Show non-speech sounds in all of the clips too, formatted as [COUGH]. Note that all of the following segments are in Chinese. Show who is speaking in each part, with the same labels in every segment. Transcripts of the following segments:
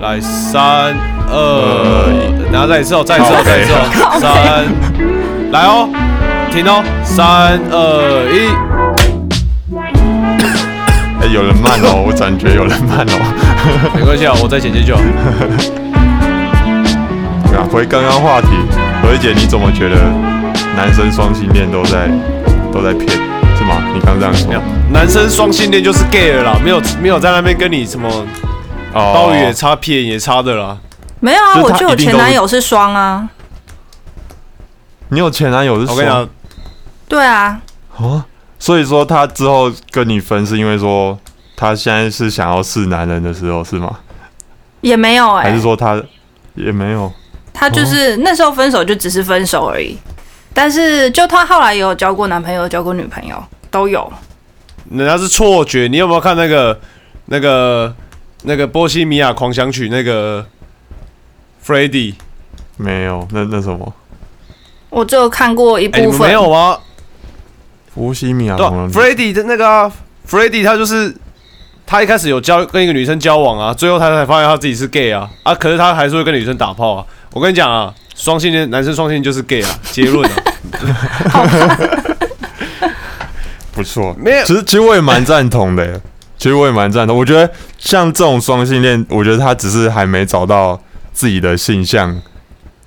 Speaker 1: 来三二，然后再一次哦，再一次哦，再一次哦，三，来哦，停哦，三二一。
Speaker 2: 哎，有人慢哦，我感觉有人慢哦。
Speaker 1: 没关系啊，我再剪接就好。
Speaker 2: [LAUGHS] 啊，回刚刚话题，何姐，你怎么觉得男生双性恋都在都在骗，是吗？你刚刚这样说，
Speaker 1: 男生双性恋就是 gay 了啦，没有没有在那边跟你什么
Speaker 2: 哦
Speaker 1: 包也差屁眼也差的啦。
Speaker 3: 没有啊，
Speaker 2: 就是
Speaker 3: 我
Speaker 2: 他
Speaker 3: 就有
Speaker 2: 一定
Speaker 3: 前
Speaker 2: 都
Speaker 3: 男
Speaker 2: 是
Speaker 3: 友是双啊，
Speaker 2: 你有前男友是
Speaker 1: 我跟你
Speaker 2: 双
Speaker 1: 讲，
Speaker 3: 对啊，
Speaker 2: 哦，所以说他之后跟你分是因为说他现在是想要试男人的时候是吗？
Speaker 3: 也没有哎、
Speaker 2: 还是说哦他也没有？
Speaker 3: 他就是、那时候分手就只是分手而已，但是就他后来也有交过男朋友，交过女朋友都有。
Speaker 1: 人家是错觉。你有没有看那个那个那个波西米亚狂想曲那个 f r e d d y
Speaker 2: 没有，那那什么，
Speaker 3: 我只有看过一
Speaker 1: 哎、你
Speaker 3: 部
Speaker 1: 们
Speaker 3: 分，
Speaker 1: 没有吗？
Speaker 2: 伏西米亚
Speaker 1: 对、啊
Speaker 2: 狂人
Speaker 1: f r e d d y 的那个、啊、f r e d d y 他就是他一开始有交跟一个女生交往啊，最后他才发现他自己是 gay 啊啊，可是他还是会跟女生打炮啊。我跟你讲啊，双性恋男生双性恋就是
Speaker 2: [LAUGHS]
Speaker 1: gay 啊，结论啊，
Speaker 2: 不错。
Speaker 1: 没有
Speaker 2: 其实其实我也蛮赞同的耶， [LAUGHS] 其实我也蛮赞同。我觉得像这种双性恋，我觉得他只是还没找到自己的性向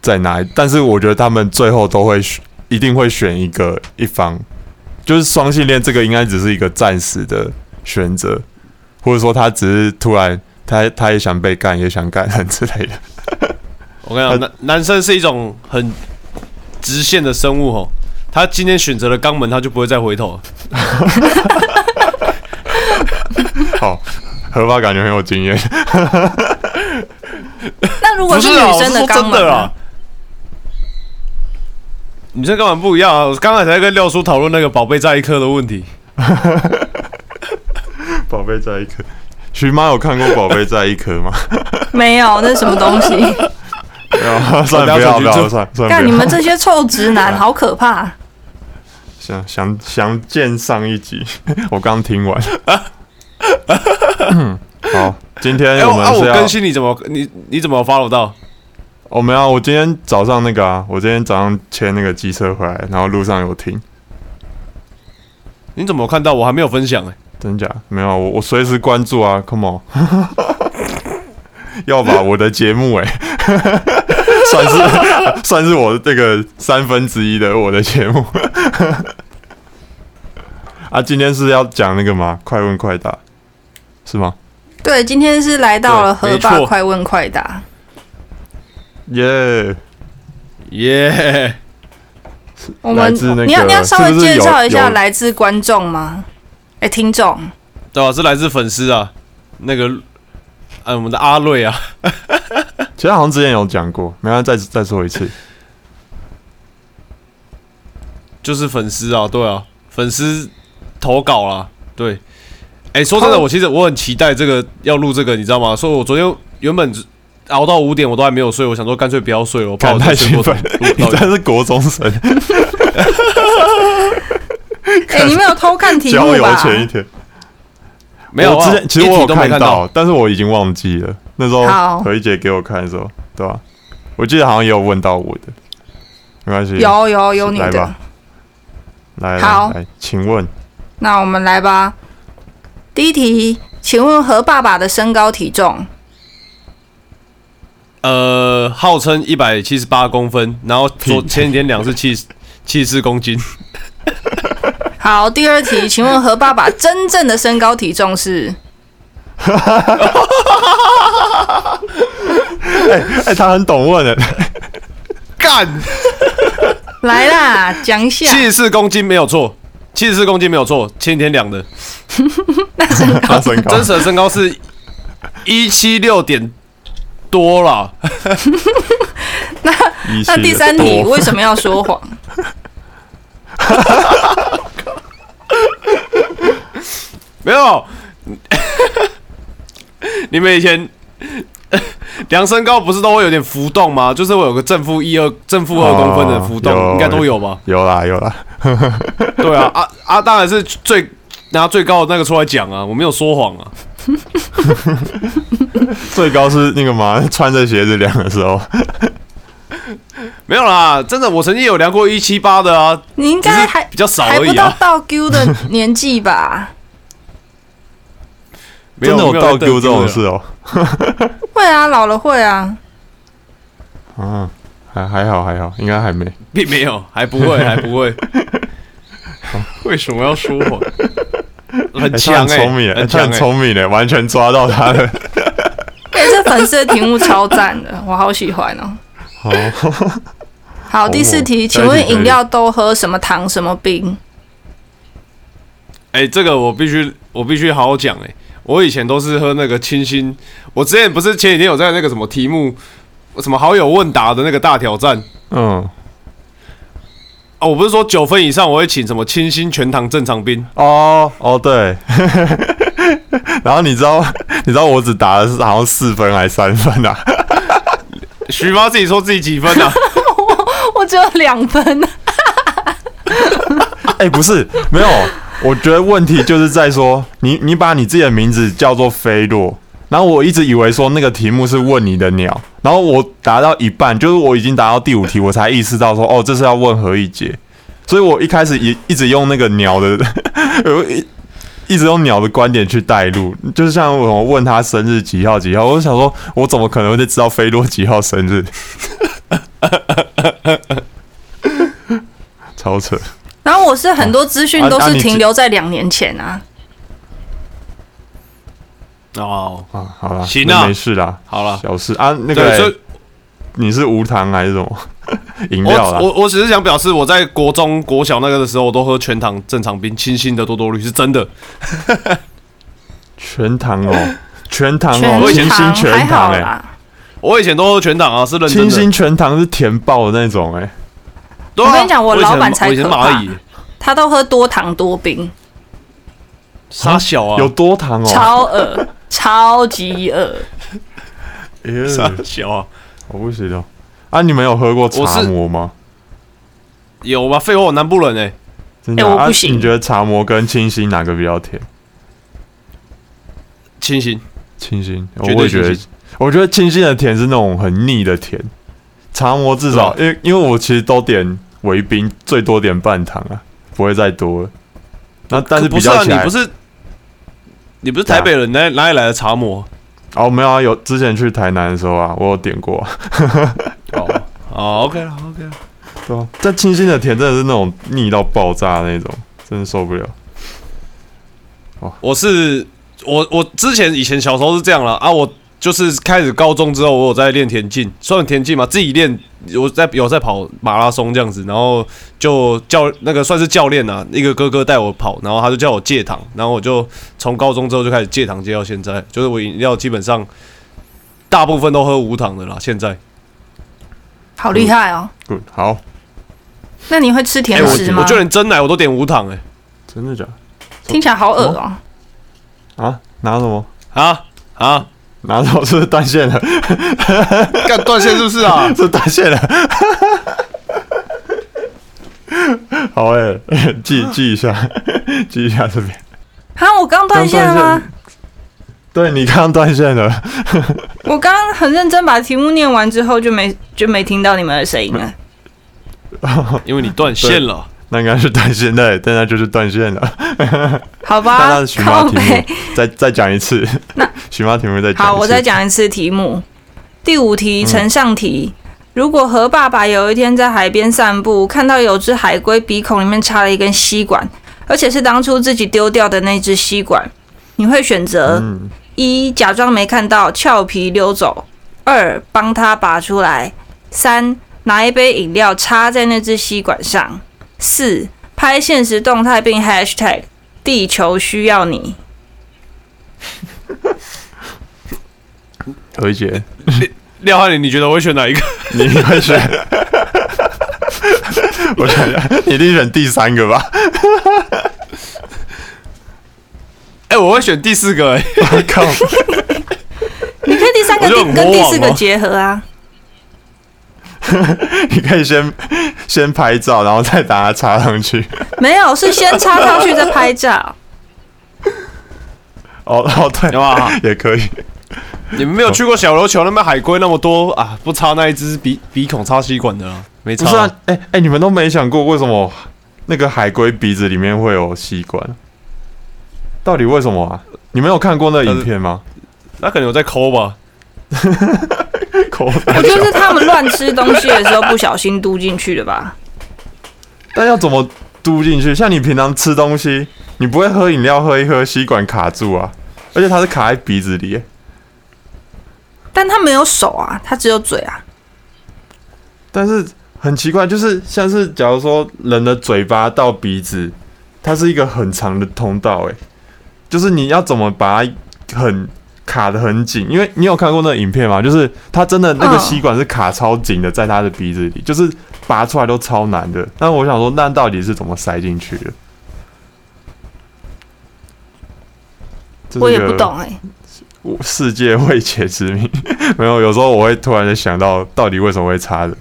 Speaker 2: 在哪里，但是我觉得他们最后都会选一定会选一个一方，就是双性恋这个应该只是一个暂时的选择，或者说他只是突然他他也想被干，也想干 [LAUGHS] 人之类的。
Speaker 1: 我跟你讲，男男生是一种很直线的生物哦。他今天选择了肛门，他就不会再回头了。
Speaker 2: 好，何爸感觉很有经验。 [LAUGHS]
Speaker 3: 那如果
Speaker 1: 不
Speaker 3: 是
Speaker 1: 是
Speaker 3: 女
Speaker 1: 啊，我是
Speaker 3: 生
Speaker 1: 说
Speaker 3: 肛
Speaker 1: 真
Speaker 3: 门
Speaker 1: 的
Speaker 3: 呢、
Speaker 1: 啦。女生肛门不一样啊！我刚才才跟廖叔讨论那个宝贝在一颗的问题。
Speaker 2: 宝贝在一颗，徐妈有看过《宝贝在一颗》吗？
Speaker 3: 没有，那是什么
Speaker 2: [LAUGHS]
Speaker 3: 东西？
Speaker 2: 啊没有，
Speaker 1: [LAUGHS]
Speaker 2: 算了，不要，不要，算了，算了。
Speaker 3: 干
Speaker 2: 不
Speaker 3: 你
Speaker 2: 要
Speaker 3: 们这些臭直
Speaker 2: 啊
Speaker 3: 男，好可怕！
Speaker 2: [LAUGHS] 想想想见上一集，我刚听完。 [LAUGHS] 好，今
Speaker 1: 哎、
Speaker 2: 天我
Speaker 1: 我啊，
Speaker 2: 们
Speaker 1: 我
Speaker 2: 是要、
Speaker 1: 更新你怎么你你怎么 follow 到？
Speaker 2: 我们要，我今天早上那个啊，我今天早上牵那个机车回来，然后路上有停，
Speaker 1: 你怎么看到？我还没有分享哎、
Speaker 2: 真假？没有，啊我我随时关注啊，Come on，要 [LAUGHS] 把我的节目哎、 [LAUGHS] 算是 [LAUGHS] 算是我这个三分之一的我的节目 [LAUGHS] 啊，今天是要讲那个吗？快问快答是吗？
Speaker 3: 对，今天是来到了
Speaker 1: 对
Speaker 3: 河
Speaker 1: 没
Speaker 3: 坝
Speaker 1: 错
Speaker 3: 快问快答，
Speaker 2: 耶、
Speaker 1: 耶、
Speaker 3: 我
Speaker 2: 来
Speaker 3: 们
Speaker 2: 自那个
Speaker 3: 你要你要稍
Speaker 2: 是
Speaker 3: 微
Speaker 2: 不是
Speaker 3: 介
Speaker 2: 有
Speaker 3: 绍一下
Speaker 2: 有
Speaker 3: 来自观众吗？哎，
Speaker 2: [LAUGHS]
Speaker 3: 听众，
Speaker 1: 对吧、是来自粉丝啊，那个，嗯，我们的阿瑞啊，
Speaker 2: 其实好像之前有讲过，没关系，再再说一次。
Speaker 1: 就是粉丝啊，对啊，粉丝投稿啦，对。哎、说真的，
Speaker 3: 投
Speaker 1: 我其实我很期待这个要录这个，你知道吗？所以我昨天原本熬到五点，我都还没有睡，我想说干脆不要睡了，我怕
Speaker 2: 感
Speaker 1: 我
Speaker 2: 太
Speaker 1: 再睡
Speaker 2: 兴
Speaker 1: 过头
Speaker 2: 奋，你
Speaker 1: 录不到
Speaker 2: 真是国中生，
Speaker 3: 哎，你没有偷看题
Speaker 2: [LAUGHS] 交
Speaker 3: 目
Speaker 2: 友
Speaker 3: 吧？
Speaker 2: 前一天。
Speaker 1: 没有
Speaker 2: 我
Speaker 1: 啊，
Speaker 2: 之前其实
Speaker 1: 一
Speaker 2: 我
Speaker 1: 题
Speaker 2: 有
Speaker 1: 都没看，
Speaker 2: 看到，但是我已经忘记了。那时候
Speaker 3: 好
Speaker 2: 何一姐给我看的时候，对吧、我记得好像也有问到我的，没关系。
Speaker 3: 有有有你
Speaker 2: 来
Speaker 3: 的
Speaker 2: 吧，，来来
Speaker 3: 好
Speaker 2: 来，请问 [LAUGHS]
Speaker 3: 那我们来吧。第一题，请问何爸爸的身高体重？
Speaker 1: 呃，号称一百七十八公分，然后昨
Speaker 2: 屁
Speaker 1: 前几天量是七七十四公斤，
Speaker 3: 好，第二题，请问何爸爸真正的身高体重是？
Speaker 1: [LAUGHS]
Speaker 2: 哎、他很懂问 [LAUGHS] 的，
Speaker 1: 干
Speaker 3: 来啦，讲一下。
Speaker 1: 七十四公斤没有错，七十四公斤没有错，前几天量的，
Speaker 2: 哦他身高
Speaker 1: [LAUGHS] 真实的身高是一七六点多啦。 [LAUGHS]
Speaker 2: 一七
Speaker 3: 那第三题，
Speaker 2: 多
Speaker 3: 为什么要说谎？
Speaker 1: 没有， [LAUGHS] 你们以前 [LAUGHS] 量身高不是都会有点浮动吗？就是会有个正负一二、正负二公分的浮动，
Speaker 2: 哦
Speaker 1: 应该都有吧？
Speaker 2: 有啦 [LAUGHS] 有啦，
Speaker 1: 对啊，啊啊，当然是最拿最高的那个出来讲啊，我没有说谎啊。
Speaker 2: 最高是那个嘛，穿着鞋子量的时候，
Speaker 1: 没有啦，真的，我曾经有量过一七八的啊，
Speaker 3: 你应
Speaker 1: 只
Speaker 3: 该
Speaker 1: 是
Speaker 3: 还
Speaker 1: 比较 [LAUGHS] 少
Speaker 3: 还
Speaker 1: 而
Speaker 3: 不
Speaker 1: 已
Speaker 3: 到
Speaker 1: 啊，
Speaker 3: 倒 Q 的年纪吧？ [LAUGHS]
Speaker 1: 没
Speaker 2: 真
Speaker 1: 有
Speaker 2: 的
Speaker 1: 没
Speaker 2: 有倒
Speaker 1: 在
Speaker 2: 丢这种
Speaker 1: 的啊
Speaker 2: 事哦。
Speaker 3: 会啊，老了会啊。
Speaker 2: 嗯，还还好还好，应该还没。
Speaker 1: 并没有，还不
Speaker 2: [LAUGHS]
Speaker 1: 会，还不会。为什么要说
Speaker 2: [LAUGHS]
Speaker 1: 谎？很
Speaker 2: 他
Speaker 1: 强
Speaker 2: 很
Speaker 1: 哎、
Speaker 2: 聪明欸，
Speaker 1: 很
Speaker 2: 他
Speaker 1: 强
Speaker 2: 很
Speaker 1: 哎、
Speaker 2: 聪明的，完全抓到
Speaker 1: [LAUGHS]
Speaker 2: 他的。
Speaker 3: 哎、这粉丝的题目超赞的， [LAUGHS] 我好喜欢哦。
Speaker 2: 哦，
Speaker 1: 哦
Speaker 3: 好，第四题，请问饮料都喝什么糖什么冰？ [LAUGHS]
Speaker 1: 哎、这个我必须，我必须好好讲哎、我以前都是喝那个清新，我之前不是前几天有在那个什么题目，什么好友问答的那个大挑战
Speaker 2: 嗯，
Speaker 1: 啊，我不是说九分以上我会请什么清新全糖正常冰，
Speaker 2: 哦哦对。然后你知道，你知道我只打了好像四分还是三分啊？
Speaker 1: 徐妈自己说自己几分
Speaker 2: [LAUGHS]
Speaker 1: 啊？
Speaker 3: 我只有两分，啊
Speaker 2: 哎、不是，没有，我觉得问题就是在说，你你把你自己的名字叫做飞落，然后我一直以为说那个题目是问你的鸟，然后我答到一半，就是我已经答到第五题，我才意识到说，哦，这是要问何以解，所以我一开始也一直用那个鸟的， [LAUGHS] 我一一直用鸟的观点去带入，就是像我问他生日几号几号，我就想说，我怎么可能会知道飞落几号生日？ [LAUGHS] 超扯。
Speaker 3: 然后我是很多资讯都
Speaker 2: 啊啊
Speaker 3: 是
Speaker 2: 你
Speaker 3: 停
Speaker 2: 只
Speaker 3: 留在两年前啊。
Speaker 1: 哦，
Speaker 2: 啊，好啦，
Speaker 1: 行
Speaker 2: 那
Speaker 1: 啊
Speaker 2: 没事啦，
Speaker 1: 好了，
Speaker 2: 小事啊。那个
Speaker 1: 对，所
Speaker 2: 欸、
Speaker 1: 以
Speaker 2: 你是无糖还是什么 [LAUGHS] 饮
Speaker 1: 我
Speaker 2: 料啦？
Speaker 1: 我我只是想表示，我在国中、国小那个的时候，我都喝全糖正常冰，清新的多多绿是真的。
Speaker 2: 全糖哦，全糖
Speaker 3: 全
Speaker 2: 哦，
Speaker 1: 我以
Speaker 2: 清
Speaker 1: 前
Speaker 2: 新
Speaker 3: 糖还
Speaker 2: 全
Speaker 3: 好
Speaker 2: 糖哎，
Speaker 3: 啦，
Speaker 1: 我以前都喝全糖啊，是认真
Speaker 2: 清新
Speaker 1: 的。
Speaker 2: 全糖是甜爆的那种哎、
Speaker 1: 对啊
Speaker 3: 我跟你讲我
Speaker 1: 以前
Speaker 3: 老板才
Speaker 1: 我以前
Speaker 3: 可怕
Speaker 1: 蚂蚁
Speaker 3: 他都喝多糖多冰，
Speaker 1: 傻小啊，
Speaker 2: 有多糖哦，
Speaker 3: 超恶，超级恶。
Speaker 2: 哎
Speaker 1: [LAUGHS]
Speaker 2: 呦
Speaker 1: 傻小啊，
Speaker 2: 我不行哦。啊，你们有喝过
Speaker 1: 我
Speaker 2: 茶
Speaker 1: 是
Speaker 2: 魔吗？
Speaker 1: 有吧？废话，我南部人哎、
Speaker 2: 真的
Speaker 3: 哎我
Speaker 2: 啊
Speaker 3: 不行
Speaker 2: 你觉得茶魔跟清新哪个比较甜？
Speaker 1: 清新
Speaker 2: 清新，我
Speaker 1: 绝对
Speaker 2: 会觉得
Speaker 1: 清新，
Speaker 2: 我觉得清新的甜是那种很腻的甜，茶魔至少，因为因为我其实都点微冰，最多点半糖啊，不会再多了。那但是
Speaker 1: 可不
Speaker 2: 比
Speaker 1: 是
Speaker 2: 较
Speaker 1: 啊，
Speaker 2: 起
Speaker 1: 你
Speaker 2: 来，
Speaker 1: 不是你不是台北人，哪哪里来的茶魔？
Speaker 2: 哦，没有啊，有之前去台南的时候啊，我有点过、啊，
Speaker 1: 哦哦，OK 了，OK 了。
Speaker 2: 对啊，但清新的甜真的是那种腻到爆炸的那种，真的受不了。
Speaker 1: 我是我我之前以前小时候是这样了啊，我就是开始高中之后，我有在练田径，算田径嘛，自己练，我在有在跑马拉松这样子，然后就教那个算是教练啊，一个哥哥带我跑，然后他就叫我戒糖，然后我就从高中之后就开始戒糖，戒到现在，就是我饮料基本上大部分都喝无糖的啦，现在。
Speaker 3: 好厉害哦！
Speaker 2: Good，好，
Speaker 3: 那你会吃
Speaker 1: 哎、
Speaker 3: 甜食
Speaker 1: 我
Speaker 3: 吗？
Speaker 1: 我就连真奶我都点无糖哎、
Speaker 2: 真的假
Speaker 3: 听起来好恶哦。
Speaker 2: 的啊？拿什么？
Speaker 1: 啊啊，
Speaker 2: 拿什么？是不 [LAUGHS] 是断线了？
Speaker 1: 干断线是不是啊？
Speaker 2: 这断线了。好哎、记记一下，记一下这边。
Speaker 3: 哈，我刚断线了
Speaker 2: 刚断
Speaker 3: 吗？
Speaker 2: 对你刚刚断线了，
Speaker 3: 我刚刚很认真把题目念完之后，就没就没听到你们的声音了。
Speaker 1: [LAUGHS] 因为你断线了。
Speaker 2: 那应该是断线对，但那就是断线了。
Speaker 3: 好
Speaker 2: 那
Speaker 3: 吧
Speaker 2: 那是，荨麻
Speaker 3: 啊靠
Speaker 2: 题
Speaker 3: 背
Speaker 2: 目。，再再讲一次。
Speaker 3: 那
Speaker 2: 荨麻题目再讲。
Speaker 3: 好，我再。讲一次题目。第五题，呈上题。如果何爸爸有一天在海边散步，看到有只海龟鼻孔里面插了一根吸管，而且是当初自己丢掉的那只吸管，你会选择
Speaker 2: 嗯，
Speaker 3: 一假装没看到，俏皮溜走；二帮他拔出来；三拿一杯饮料插在那只吸管上；四拍现实动态并 hashtag 地球需要你。
Speaker 2: 何姐，
Speaker 1: 廖汉林，你觉得我会选哪一个？
Speaker 2: 你会选？ [LAUGHS] 我想一下，你一定选第三个吧？
Speaker 1: [LAUGHS] 哎、我会选第四个、哎，
Speaker 2: 我靠，
Speaker 3: 你可以第三个
Speaker 1: 我就
Speaker 3: 第
Speaker 1: 很
Speaker 3: 跟
Speaker 1: 魔
Speaker 3: 第
Speaker 1: 王
Speaker 3: 四个
Speaker 1: 哦
Speaker 3: 结合啊，
Speaker 2: 你可以先先拍照，然后再把它插上去。 [LAUGHS]
Speaker 3: 没有是先插上去再拍照。
Speaker 2: 哦哦，
Speaker 1: 有
Speaker 2: 对，
Speaker 1: 吧？
Speaker 2: 也可以。
Speaker 1: 你们没有去过小琉球那边海龟那么多啊，不差那一只鼻鼻孔插吸管的啦，没差。
Speaker 2: 不是啊，哎、哎、你们都没想过为什么那个海龟鼻子里面会有吸管？到底为什么啊？你们有看过那影片吗？
Speaker 1: 那可能有在抠吧？
Speaker 2: 口，
Speaker 3: 我就是他们乱吃东西的时候不小心嘟进去的吧？
Speaker 2: 但要怎么嘟进去？像你平常吃东西，你不会喝饮料喝一喝，吸管卡住啊，而且它是卡在鼻子里耶。
Speaker 3: 但他没有手啊，他只有嘴啊。
Speaker 2: 但是很奇怪，就是像是假如说人的嘴巴到鼻子，它是一个很长的通道，诶，就是你要怎么把它很卡得很紧？因为你有看过那个影片吗？就是它真的那个
Speaker 3: 嗯
Speaker 2: 吸管是卡超紧的，在它的鼻子里，就是拔出来都超难的。但我想说，那到底是怎么塞进去的？这是
Speaker 3: 我也
Speaker 2: 个
Speaker 3: 不懂哎、
Speaker 2: 世界未解之谜， [LAUGHS] 没有。有时候我会突然的想到，到底为什么会插的？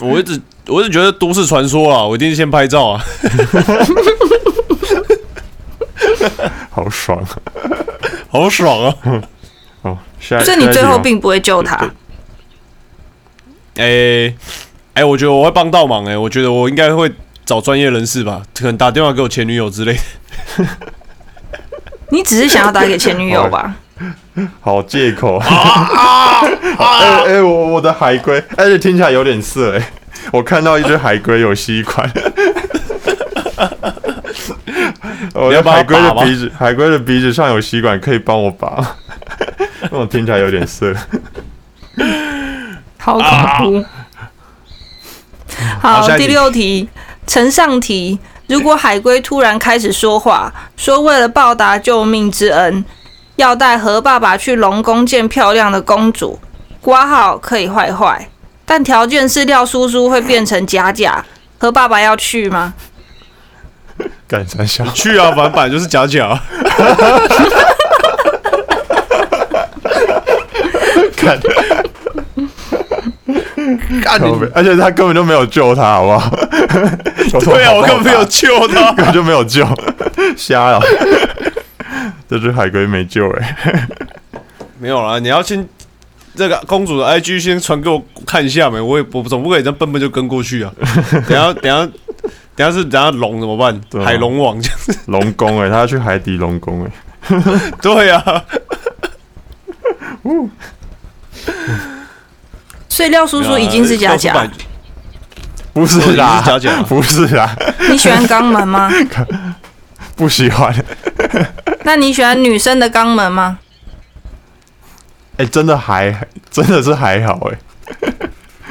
Speaker 1: 我一直我一直觉得都市传说啊，我一定先拍照啊。 [LAUGHS]
Speaker 2: 好爽啊！
Speaker 1: 好爽啊！
Speaker 2: 哦，下哦
Speaker 3: 所以你最后并不会救他。
Speaker 1: [LAUGHS] 哎、哎、我觉得我会帮到忙哎、我觉得我应该会找专业人士吧，可能打电话给我前女友之类的。
Speaker 3: 你只是想要打给前女友吧？
Speaker 2: 好借口啊！
Speaker 1: 啊
Speaker 2: [LAUGHS] 哎哎、我我的海龟，而且听起来有点色哎、我看到一只海龟有吸管，我
Speaker 1: 你要
Speaker 2: 的
Speaker 1: 帮它
Speaker 2: 海龟的
Speaker 1: 拔吗
Speaker 2: 鼻子，海龟的鼻子上有吸管，可以帮我拔吗？那种听起来有点色。
Speaker 3: 好恐怖。
Speaker 2: 啊
Speaker 1: 好
Speaker 3: 好，
Speaker 1: 下一题
Speaker 3: 第六题，呈上题。如果海龟突然开始说话，说为了报答救命之恩，要带何爸爸去龙宫见漂亮的公主，挂号可以坏坏，但条件是廖叔叔会变成假假。何爸爸要去吗？
Speaker 2: 干三小，
Speaker 1: 去啊，反版就是假啊假。
Speaker 2: 干
Speaker 1: 干
Speaker 2: 靠北而且他根本就没有救他，好不好？
Speaker 1: [LAUGHS] 对啊，我根本没有
Speaker 2: 救，
Speaker 1: 救他。
Speaker 2: [LAUGHS] 根本就没有救，瞎了。 [LAUGHS] 这只海龟没救哎、
Speaker 1: 没有啦，你要先这个公主的 IG 先传给我看一下没？我也我总不可以这样笨笨就跟过去
Speaker 2: [LAUGHS]
Speaker 1: 啊。等一下等一下等一下是等一下龙怎么办？
Speaker 2: 对啊
Speaker 1: 海龙王这 [LAUGHS] 样子。
Speaker 2: 龙宫哎，他要去海底龙宫哎、
Speaker 1: 对啊，
Speaker 3: 所以廖叔
Speaker 2: 啊
Speaker 3: 叔已经是假
Speaker 1: 告诉
Speaker 3: 假
Speaker 1: 版。
Speaker 2: 不是啦，
Speaker 1: 我以为是假假
Speaker 2: [LAUGHS] 不是啦，
Speaker 3: 你喜欢肛门吗？
Speaker 2: 不喜
Speaker 1: [LAUGHS]
Speaker 2: 欢。
Speaker 3: 那你喜欢女生的肛门吗？
Speaker 2: 哎、真的还真的是还好哎、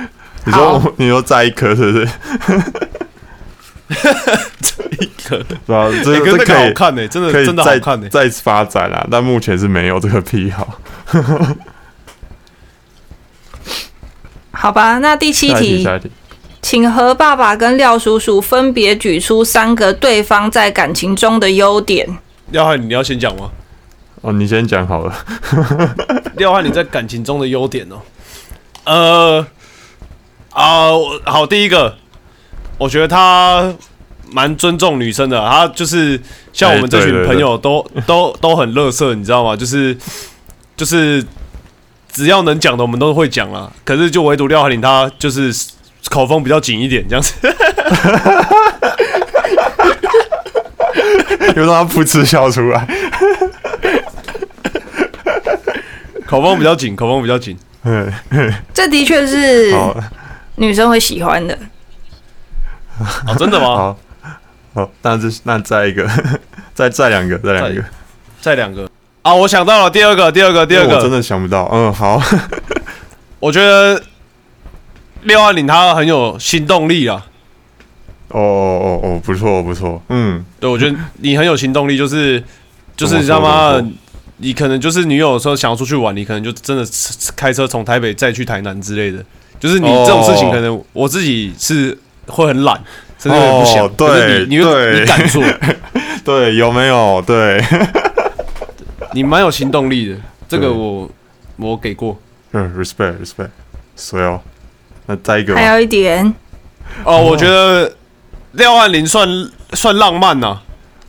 Speaker 2: [LAUGHS] 你说
Speaker 3: 好
Speaker 2: 我你说再一颗是不是？
Speaker 1: 一个，
Speaker 2: [LAUGHS] 对啊，这、
Speaker 1: 哎、
Speaker 2: 这
Speaker 1: 跟那个
Speaker 2: 可
Speaker 1: 好
Speaker 2: 以
Speaker 1: 看呢、真的
Speaker 2: 可以
Speaker 1: 真的好
Speaker 2: 再
Speaker 1: 看呢、欸
Speaker 2: 再发展啦，但目前是没有这个癖好。
Speaker 3: 好吧，那第七
Speaker 2: 下一题，
Speaker 3: 题，
Speaker 2: 下一题。
Speaker 3: 请何爸爸跟廖叔叔分别举出三个对方在感情中的优点。
Speaker 1: 廖汉，你要先讲吗？
Speaker 2: 哦，你先讲好了。 [LAUGHS]
Speaker 1: 廖汉你在感情中的优点哦、呃，啊、我好，第一个，我觉得他蛮尊重女生的，他就是像我们这
Speaker 2: 哎对
Speaker 1: 群
Speaker 2: 对
Speaker 1: 朋友都、都都很乐色，你知道吗？就是就是只要能讲的我们都会讲啦，可是就唯独廖汉林他就是口风比较紧一点这样子。
Speaker 2: 又让他噗嗤笑出来。 [LAUGHS]
Speaker 1: 口风比较紧，口风比较紧。
Speaker 2: 嗯，
Speaker 3: 这的确是
Speaker 2: 好，
Speaker 3: 女生会
Speaker 2: [LAUGHS]
Speaker 3: 喜欢的。
Speaker 1: 哦，真的吗？
Speaker 2: 好，好，那这那再一个，再再两个，再两个。
Speaker 1: 再两个啊，我想到了第二个，第二个，第二
Speaker 2: 因为我
Speaker 1: 个
Speaker 2: 真，的想不到。嗯，好，
Speaker 1: 我觉得六二零他很有行动力啊。
Speaker 2: 哦哦哦哦，不错不错，嗯，
Speaker 1: 对，我觉得你很有行动力，就是就是你知
Speaker 2: 怎
Speaker 1: 道
Speaker 2: 么说
Speaker 1: 吗
Speaker 2: 怎么？
Speaker 1: 你可能就是你有时候想要出去玩，你可能就真的开车从台北再去台南之类的。就是你这种事情，
Speaker 2: 哦
Speaker 1: 可能我自己是会很懒，甚至有点不想。
Speaker 2: 哦对
Speaker 1: 可是你你会
Speaker 2: 对
Speaker 1: 你敢
Speaker 2: [LAUGHS]
Speaker 1: 做，
Speaker 2: 对，有没有？对，
Speaker 1: 你蛮有行动力的。这个
Speaker 2: 对
Speaker 1: 我我给过。
Speaker 2: 嗯，respect respect，所以哦，那再一个吧
Speaker 3: 还有一点，
Speaker 1: 哦哦，我觉得廖万林算算浪漫呐、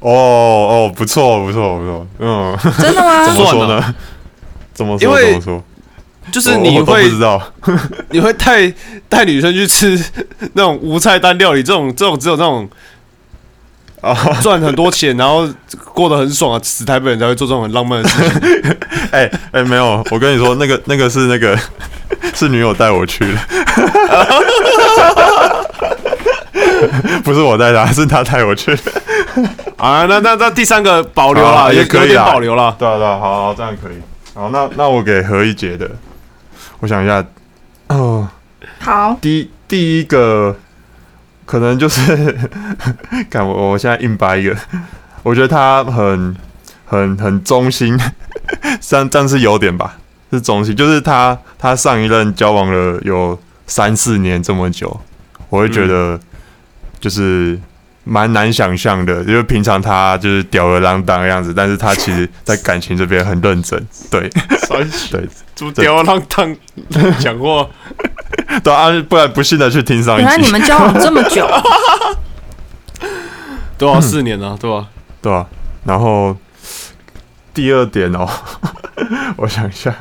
Speaker 2: 哦哦，不错不错不错，嗯，
Speaker 3: 真的吗
Speaker 2: 怎？么说
Speaker 1: 算
Speaker 2: 呢？怎么说
Speaker 1: 因为
Speaker 2: 怎么说？
Speaker 1: 就是
Speaker 2: 我
Speaker 1: 你
Speaker 2: 哦我都
Speaker 1: 会
Speaker 2: 不知道，
Speaker 1: 你会带带女生去吃那种无菜单料理，这种这种只有那种
Speaker 2: 哦
Speaker 1: 赚很多钱，然后过得很爽啊，死台北人才会做这种很浪漫的事情。
Speaker 2: [LAUGHS] 哎哎，没有，我跟你说，那个那个是那个 [LAUGHS] 是女友带我去的， [LAUGHS] 不是我带她，是她带我去的。
Speaker 1: 啊，那那那第三个保留啦，
Speaker 2: 好
Speaker 1: 有
Speaker 2: 啊也可以
Speaker 1: 有点
Speaker 2: 啦
Speaker 1: 保留啦。
Speaker 2: [LAUGHS] 对啊对啊，好好这样可以。好，那那我给何一杰的，我想一下，哦，
Speaker 3: 好，
Speaker 2: 第第一个可能就是， [LAUGHS] 看我我现在硬掰一个，我觉得他很很很忠心，但但是有点吧，是忠心，就是他他上一任交往了有三四年这么久，我会觉得就是蛮难想象的，因为平常他就是吊儿郎当的样子，但是他其实在感情这边很认真，对对
Speaker 1: 怎么吊儿郎当讲话？
Speaker 2: 对啊，不然不信的去听上一
Speaker 3: [LAUGHS] 原来
Speaker 2: 集
Speaker 3: 你，们交往这么
Speaker 2: [LAUGHS]
Speaker 3: 久，
Speaker 1: 多少四年了，对吧？
Speaker 2: 对啊，然后第二点哦， [LAUGHS] 我想一下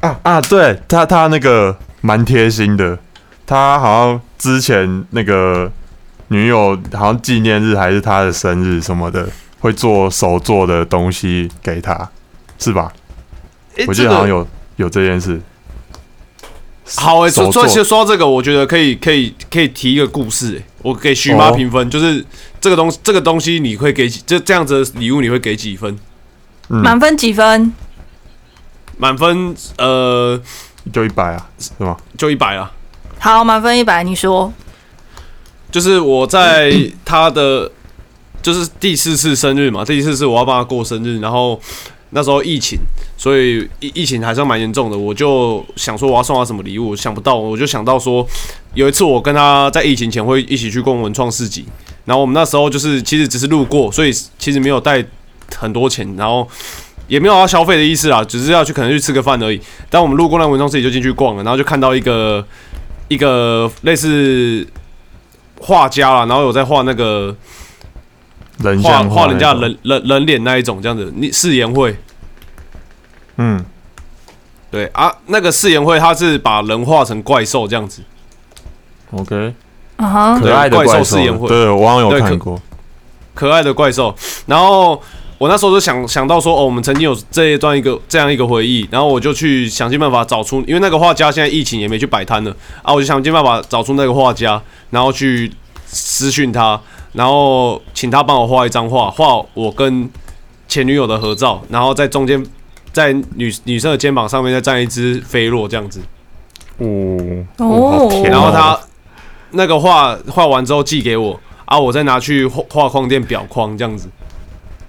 Speaker 2: 啊啊，对他他那个蛮贴心的，他好像之前那个女友好像纪念日还是他的生日什么的，会做手做的东西给他，是吧？
Speaker 1: 诶
Speaker 2: 我记
Speaker 1: 这
Speaker 2: 得好像
Speaker 1: 个
Speaker 2: 有有这件事。
Speaker 1: 好诶，说说
Speaker 2: 手做
Speaker 1: 说说到这个，我觉得可以可以可以提一个故事诶，我给徐妈
Speaker 2: 哦
Speaker 1: 评分，就是这个东这个东西你会给几？这这样子的礼物你会给几分？
Speaker 3: 满分几分？
Speaker 1: 满分呃
Speaker 2: 就一百啊，是吗？
Speaker 1: 就一百啊。
Speaker 3: 好，满分一百，你说
Speaker 1: 就是我在他的就是第四次生日嘛，第四次我要帮他过生日，然后那时候疫情，所以疫疫情还算蛮严重的，我就想说我要送他什么礼物，想不到，我就想到说有一次我跟他在疫情前会一起去逛文创市集，然后我们那时候就是其实只是路过，所以其实没有带很多钱，然后。也没有要消费的意思啦，啊只是要去可能去吃个饭而已。但我们路过那文创市集就进去逛了，然后就看到一个一个类似画家啦，然后有在画那个
Speaker 2: 人
Speaker 1: 画
Speaker 2: 像
Speaker 1: 画人家
Speaker 2: 那种，
Speaker 1: 人人人脸那一种这样子，你誓言会
Speaker 2: 嗯，
Speaker 1: 对啊，那个誓言会他是把人画成怪兽这样子，
Speaker 2: OK，
Speaker 3: 啊哈，
Speaker 2: 可爱的
Speaker 1: 怪兽
Speaker 2: 怪
Speaker 1: 试验会
Speaker 2: 对，我好像
Speaker 1: 对
Speaker 2: 有
Speaker 1: 可
Speaker 2: 看过，
Speaker 1: 可爱的怪兽。然后我那时候就想想到说，哦，我们曾经有这一段一个这样一个回忆，然后我就去想尽办法找出，因为那个画家现在疫情也没去摆摊了啊，我就想尽办法找出那个画家，然后去私讯他，然后请他帮我画一张画，画我跟前女友的合照，然后在中间。在女女生的肩膀上面再站一只飞落这样子，
Speaker 2: 哦，
Speaker 3: 哦
Speaker 2: 好甜
Speaker 1: 然后
Speaker 2: 哦
Speaker 1: 他那个画画完之后寄给我啊，我再拿去画画框店裱框这样子。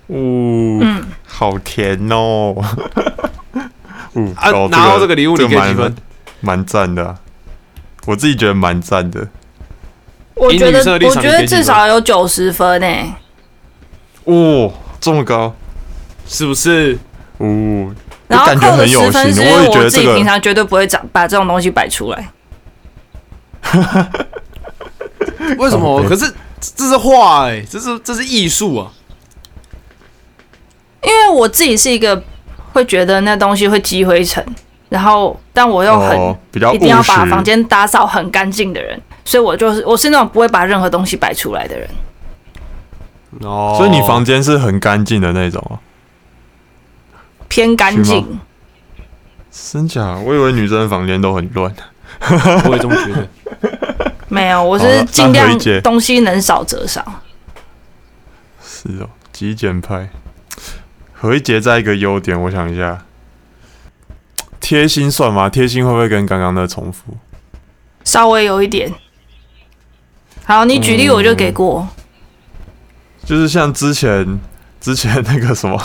Speaker 2: 呜、
Speaker 3: 嗯
Speaker 2: 好甜哦！呜、
Speaker 1: 啊
Speaker 2: 哦
Speaker 1: 拿到这个礼物
Speaker 2: 这
Speaker 1: 你给
Speaker 2: 蛮
Speaker 1: 几分？
Speaker 2: 蛮赞的啊、我自己觉得蛮赞的。
Speaker 3: 我觉
Speaker 1: 以女
Speaker 3: 得
Speaker 1: 生的立
Speaker 3: 我
Speaker 1: 场
Speaker 3: 觉
Speaker 1: 你
Speaker 3: 得
Speaker 1: 给几分
Speaker 3: 至少有九十分欸诶，
Speaker 2: 哦，这么高，
Speaker 1: 是不是？哦
Speaker 2: 呜、我
Speaker 3: 然后
Speaker 2: 感觉
Speaker 3: 扣的
Speaker 2: 很有
Speaker 3: 十分
Speaker 2: 型
Speaker 3: 是因
Speaker 2: 我
Speaker 3: 为
Speaker 2: 也觉
Speaker 3: 我
Speaker 2: 得
Speaker 3: 自
Speaker 2: 这
Speaker 3: 己平
Speaker 2: 个
Speaker 3: 常绝对不会长把这种东西摆出来。
Speaker 1: 为什么？
Speaker 2: 哦
Speaker 1: 可是这这是画哎、这是这是艺术啊！
Speaker 3: 因为我自己是一个会觉得那东西会积灰尘，然后但我又很、
Speaker 2: 哦比较
Speaker 3: 一定要把
Speaker 2: 务实
Speaker 3: 房间打扫很干净的人，所以我就是我是那种不会把任何东西摆出来的人。
Speaker 1: 哦
Speaker 2: 所以你房间是很干净的那种啊？
Speaker 3: 偏干
Speaker 2: 是
Speaker 3: 净
Speaker 2: 吗，真假？我以为女生房间都很乱。
Speaker 1: 我也这么觉得。
Speaker 3: 没有，我
Speaker 2: 好
Speaker 3: 是
Speaker 2: 了
Speaker 3: 尽
Speaker 2: 哦那
Speaker 3: 量
Speaker 2: 何以解
Speaker 3: 东西能少则少。
Speaker 2: 是哦，极简派。何一杰在一个优点，我想一下，贴心算吗？贴心会不会跟刚刚的重复？
Speaker 3: 稍微有一点。好，你举例我就给过。
Speaker 2: 嗯就是像之前之前 [LAUGHS] 那个什么，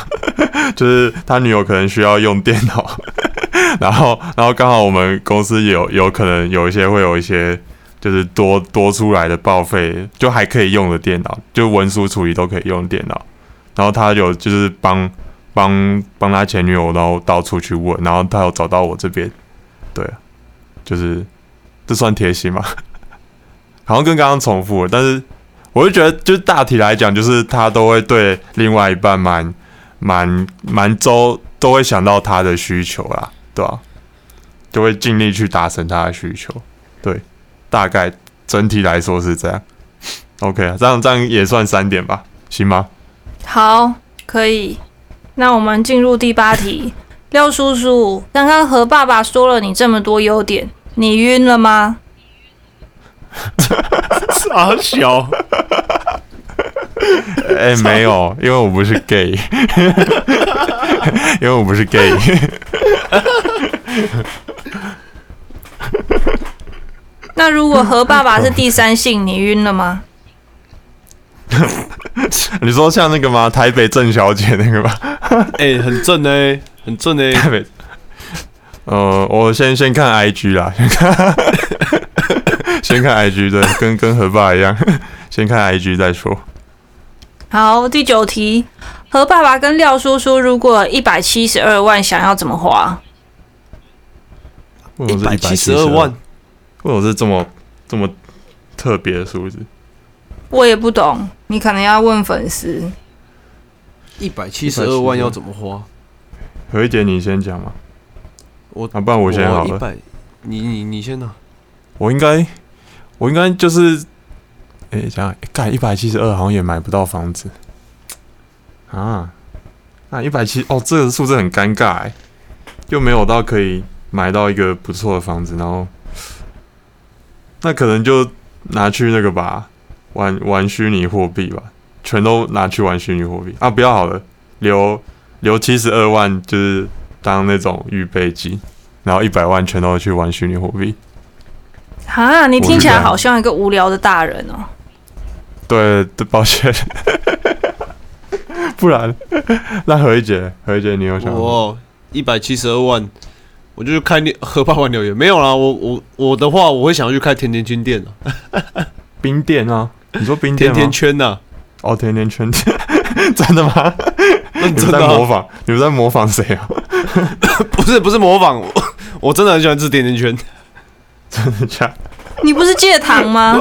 Speaker 2: 就是他女友可能需要用电脑， [LAUGHS] 然后然后刚好我们公司有有可能有一些会有一些就是多多出来的报废，就还可以用的电脑，就文书处理都可以用电脑。然后他有就是帮帮帮他前女友，然后到处去问，然后他有找到我这边，对， [LAUGHS] 就是这算贴心吗？好像跟刚刚重复了，但是我就觉得，就是大体来讲，就是他都会对另外一半蛮蛮蛮周都会想到他的需求啦，对吧、就会尽力去达成他的需求。对，大概整体来说是这样。OK 啊，这样这样也算三点吧，行吗？
Speaker 3: 好，可以。那我们进入第八题。廖叔叔，刚刚何爸爸说了你这么多优点，你晕了吗？
Speaker 1: [LAUGHS] 傻 [LAUGHS] 小，
Speaker 2: 哎、没有，因为我不是 gay，因为我不是 gay。 [LAUGHS]
Speaker 3: 那如果何爸爸是第三性，你晕了吗？
Speaker 2: 你说像那个吗？台北郑小姐那个吗？
Speaker 1: 哎、很正呢、很正呢、欸 [LAUGHS]
Speaker 2: 台北，呃，我先先看 IG 啦，先看， [LAUGHS] 先看 IG，对，跟跟何爸一样，先看 IG 再说。
Speaker 3: 好，第九题，何爸爸跟廖叔叔如果一百七十二万想要怎么花？
Speaker 2: 为什
Speaker 1: 一
Speaker 2: 么是
Speaker 1: 百七十二
Speaker 2: 172
Speaker 1: 万？，
Speaker 2: 为什么是这么这么特别的数字？
Speaker 3: 我也不懂，你可能要问粉丝。
Speaker 1: 一百七十二万要怎么花？
Speaker 2: 何一姐，你先讲嘛，
Speaker 1: 我
Speaker 2: 啊，不然我先好
Speaker 1: 哦一
Speaker 2: 了。
Speaker 1: 百，你你你先拿。
Speaker 2: 我应该，我应该就是，哎、想想干一百七十二好像也买不到房子啊。那一百七哦，这个数字很尴尬哎，又没有到可以买到一个不错的房子，然后那可能就拿去那个吧，玩玩虚拟货币吧，全都拿去玩虚拟货币啊！不要好了，留留七十二万就是当那种预备金，然后一百万全都去玩虚拟货币。
Speaker 3: 哈，你听起来好像一个无聊的大人哦。
Speaker 2: 对，对，抱歉。不然，那何一姐，何一姐，你有想法？
Speaker 1: 我一百七十二万，我就去开六喝八万留言没有啦。我我我的话，我会想要去开甜甜圈店啊，
Speaker 2: 冰店啊？你说冰
Speaker 1: 甜
Speaker 2: 店吗？
Speaker 1: 甜圈啊呐、
Speaker 2: 哦，甜甜圈，真的吗？
Speaker 1: [LAUGHS] 认
Speaker 2: 你们
Speaker 1: 真
Speaker 2: 在
Speaker 1: 的啊、
Speaker 2: 模仿？你们在模仿谁啊？
Speaker 1: 不是不是模仿，我 [LAUGHS] 我真的很喜欢吃甜甜圈
Speaker 2: 真 [LAUGHS] 的假的？
Speaker 3: 你不是戒糖吗？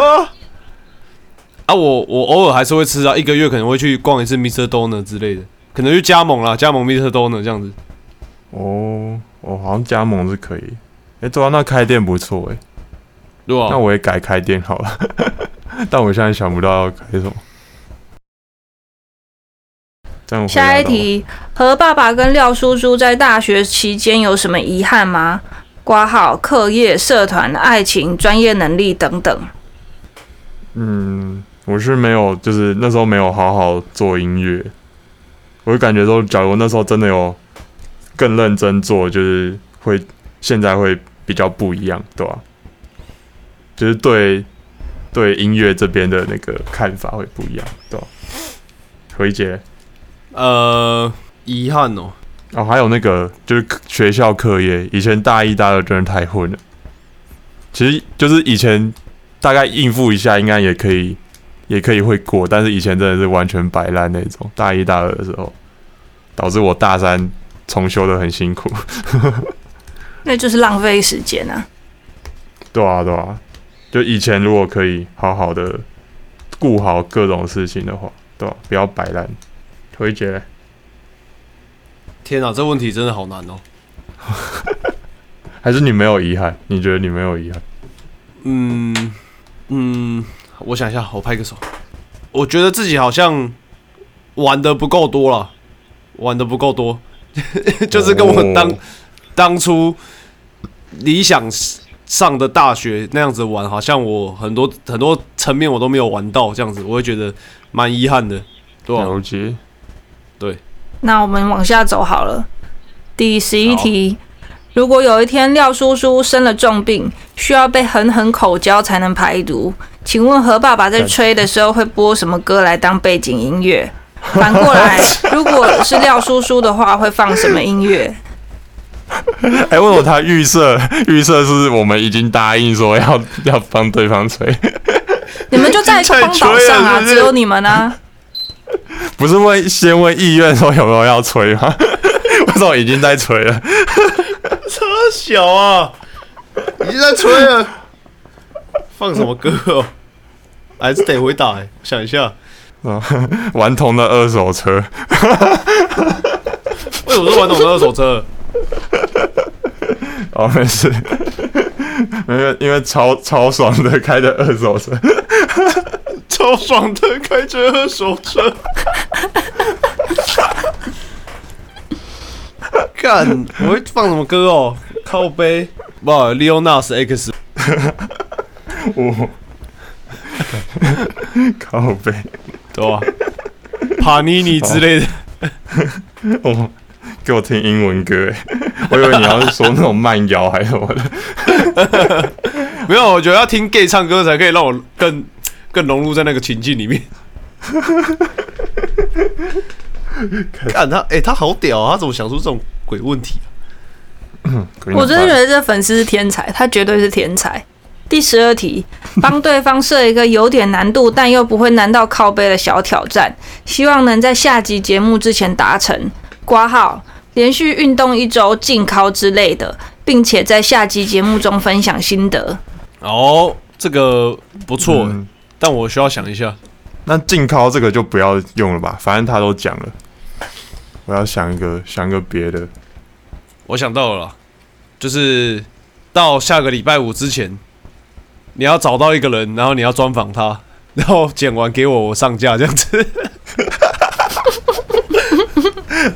Speaker 1: 啊。我我偶尔还是会吃啊，一个月可能会去逛一次 Mr. Donut 之类的，可能去加盟啦，加盟 Mr. Donut 这样子。
Speaker 2: 哦，哦，好像加盟是可以。哎、对啊，那开店不错哎、
Speaker 1: 对吧、
Speaker 2: 那我也改开店好了。 [LAUGHS] 但我现在想不到要开什么。这样回答
Speaker 3: 下一
Speaker 2: 到
Speaker 3: 题，何爸爸跟廖叔叔在大学期间有什么遗憾吗？挂号、课业、社团、爱情、专业能力等等。
Speaker 2: 嗯，我是没有，就是那时候没有好好做音乐，我就感觉说，假如那时候真的有更认真做，就是会现在会比较不一样，对吧、就是对对音乐这边的那个看法会不一样，对吧、回杰
Speaker 1: 呃，遗憾哦，
Speaker 2: 哦，还有那个就是学校课业，以前大一、大二真的太混了。其实就是以前大概应付一下，应该也可以，也可以会过。但是以前真的是完全摆烂那种，大一、大二的时候，导致我大三重修的很辛苦。 [LAUGHS]
Speaker 3: 那就是浪费时间啊！
Speaker 2: 对啊，对啊，就以前如果可以好好的顾好各种事情的话，对吧、不要摆烂。回杰嘞，
Speaker 1: 天啊，这问题真的好难哦。
Speaker 2: 还是你没有遗憾？你觉得你没有遗憾？
Speaker 1: 嗯嗯，我想一下，我拍个手。我觉得自己好像玩的不够多了，玩的不够多， [LAUGHS] [LAUGHS] 就是跟我当、
Speaker 2: 哦
Speaker 1: 当初理想上的大学那样子玩，好像我很多很多层面我都没有玩到，这样子我会觉得蛮遗憾的，对吧、
Speaker 2: 哦了解。
Speaker 3: 那我们往下走好了。第十一题，如果有一天廖叔叔生了重病，需要被狠狠口交才能排毒，请问何爸爸在
Speaker 2: 对
Speaker 3: 吹的时候会播什么歌来当背景音乐？反
Speaker 2: [LAUGHS]
Speaker 3: 过来，如果是廖叔叔的话，会放什么音乐？
Speaker 2: 哎、为什么他预设 [LAUGHS] 预设是我们已经答应说要要帮对方吹，
Speaker 3: 你们就
Speaker 2: [LAUGHS]
Speaker 3: 在
Speaker 2: 太
Speaker 3: 荒岛
Speaker 2: 吹了
Speaker 3: 上啊，
Speaker 2: 是不是
Speaker 3: 只有你们啊。
Speaker 2: [LAUGHS] 不是问先问意愿说有没有要吹吗？ [LAUGHS] 为什么已经在吹了？ [LAUGHS]
Speaker 1: 车小啊啊，已经在吹了，放什么歌哦？还是得回答、欸。想一 [LAUGHS] 下，
Speaker 2: 哦顽童的二手车，
Speaker 1: 为什么是玩懂的二手车？
Speaker 2: 哦，没事， [LAUGHS] 没有，因为超超爽的开的二手车，
Speaker 1: 超爽的开着二手车。 [LAUGHS] 干，我会放什么歌哦？靠背，不，Lil Nas X，
Speaker 2: 我哦 [LAUGHS] 靠背，
Speaker 1: 对吧？帕尼 [LAUGHS] 尼之类的，
Speaker 2: 哦，给我听英文歌，哎，我以为你要是说那种慢摇还是什么的，
Speaker 1: 没有，我觉得要听 gay 唱歌才可以让我更更融入在那个情境里 [LAUGHS] 面。干他，哎、他好屌啊！他怎么想出这种鬼问题、啊？
Speaker 3: 我真的觉得这粉丝是天才，他绝对是天才。第十二题，帮对方设一个有点难度但又不会难到靠背的小挑战，希望能在下集节目之前达成。挂号，连续运动一周，禁靠之类的，并且在下集节目中分享心得。
Speaker 1: 哦，这个不错、
Speaker 2: 嗯
Speaker 1: 但我需要想一下。
Speaker 2: 那静靠这个就不要用了吧，反正他都讲了。我要想一个，想一个别的。
Speaker 1: 我想到了啦，就是到下个礼拜五之前，你要找到一个人，然后你要专访他， [LAUGHS] 然后剪完给我，我上架这样子。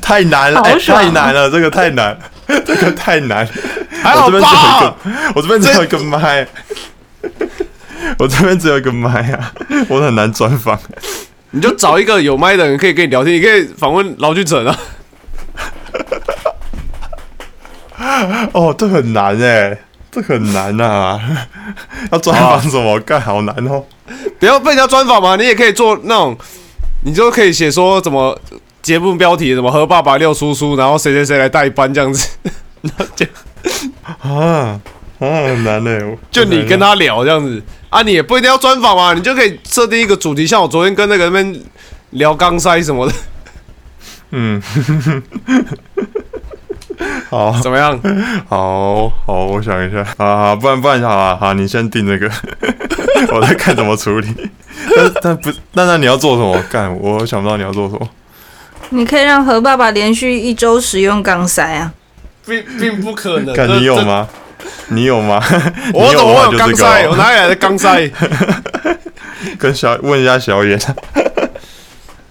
Speaker 2: 太难了，
Speaker 3: 好
Speaker 2: 哎
Speaker 3: 爽
Speaker 2: 太难了，这个太难，这个太难。
Speaker 1: 还
Speaker 2: 我
Speaker 1: 好
Speaker 2: 这边只有
Speaker 1: 吧？，
Speaker 2: 一个我这边只有一
Speaker 1: [LAUGHS]
Speaker 2: 个麦，我这边只有一个麦啊，我很难专访。
Speaker 1: 你就找一个有麦的人可以跟你聊天，你可以访问劳俊成啊。
Speaker 2: 哦，这很难哎，这很难啊，要专访什么？干好难哦。
Speaker 1: [LAUGHS] 不要被人家专访嘛，你也可以做那种，你就可以写说怎么节目标题什么“和爸爸六叔叔”，然后谁谁谁来代班这样 [LAUGHS] 子，然后就
Speaker 2: 啊啊，很难哎。我
Speaker 1: 就你跟他聊这样 [LAUGHS] 子啊，你也不一定要专访嘛，你就可以设定一个主题，像我昨天跟那个那边聊钢塞什么 [LAUGHS] 的，
Speaker 2: 嗯， [LAUGHS] 好
Speaker 1: 怎么样？
Speaker 2: 好好，我想一下啊，不然不然好啊，好，你先定这个， [LAUGHS] 我再看怎么处理。 [LAUGHS] 但但不，那那你要做什么？干，我想不到你要做什么。
Speaker 3: 你可以让何爸爸连续一周使用钢塞啊。
Speaker 1: 并并不可能
Speaker 2: [LAUGHS] 干，你有？吗？你有吗？ [LAUGHS]
Speaker 1: 这我
Speaker 2: 你
Speaker 1: 怎么会
Speaker 2: 有的话
Speaker 1: 有
Speaker 2: 就
Speaker 1: 钢
Speaker 2: 这个哦
Speaker 1: 塞？我哪里来的钢
Speaker 2: [LAUGHS]
Speaker 1: 塞？
Speaker 2: 跟小问一下小
Speaker 1: [LAUGHS]
Speaker 2: 野。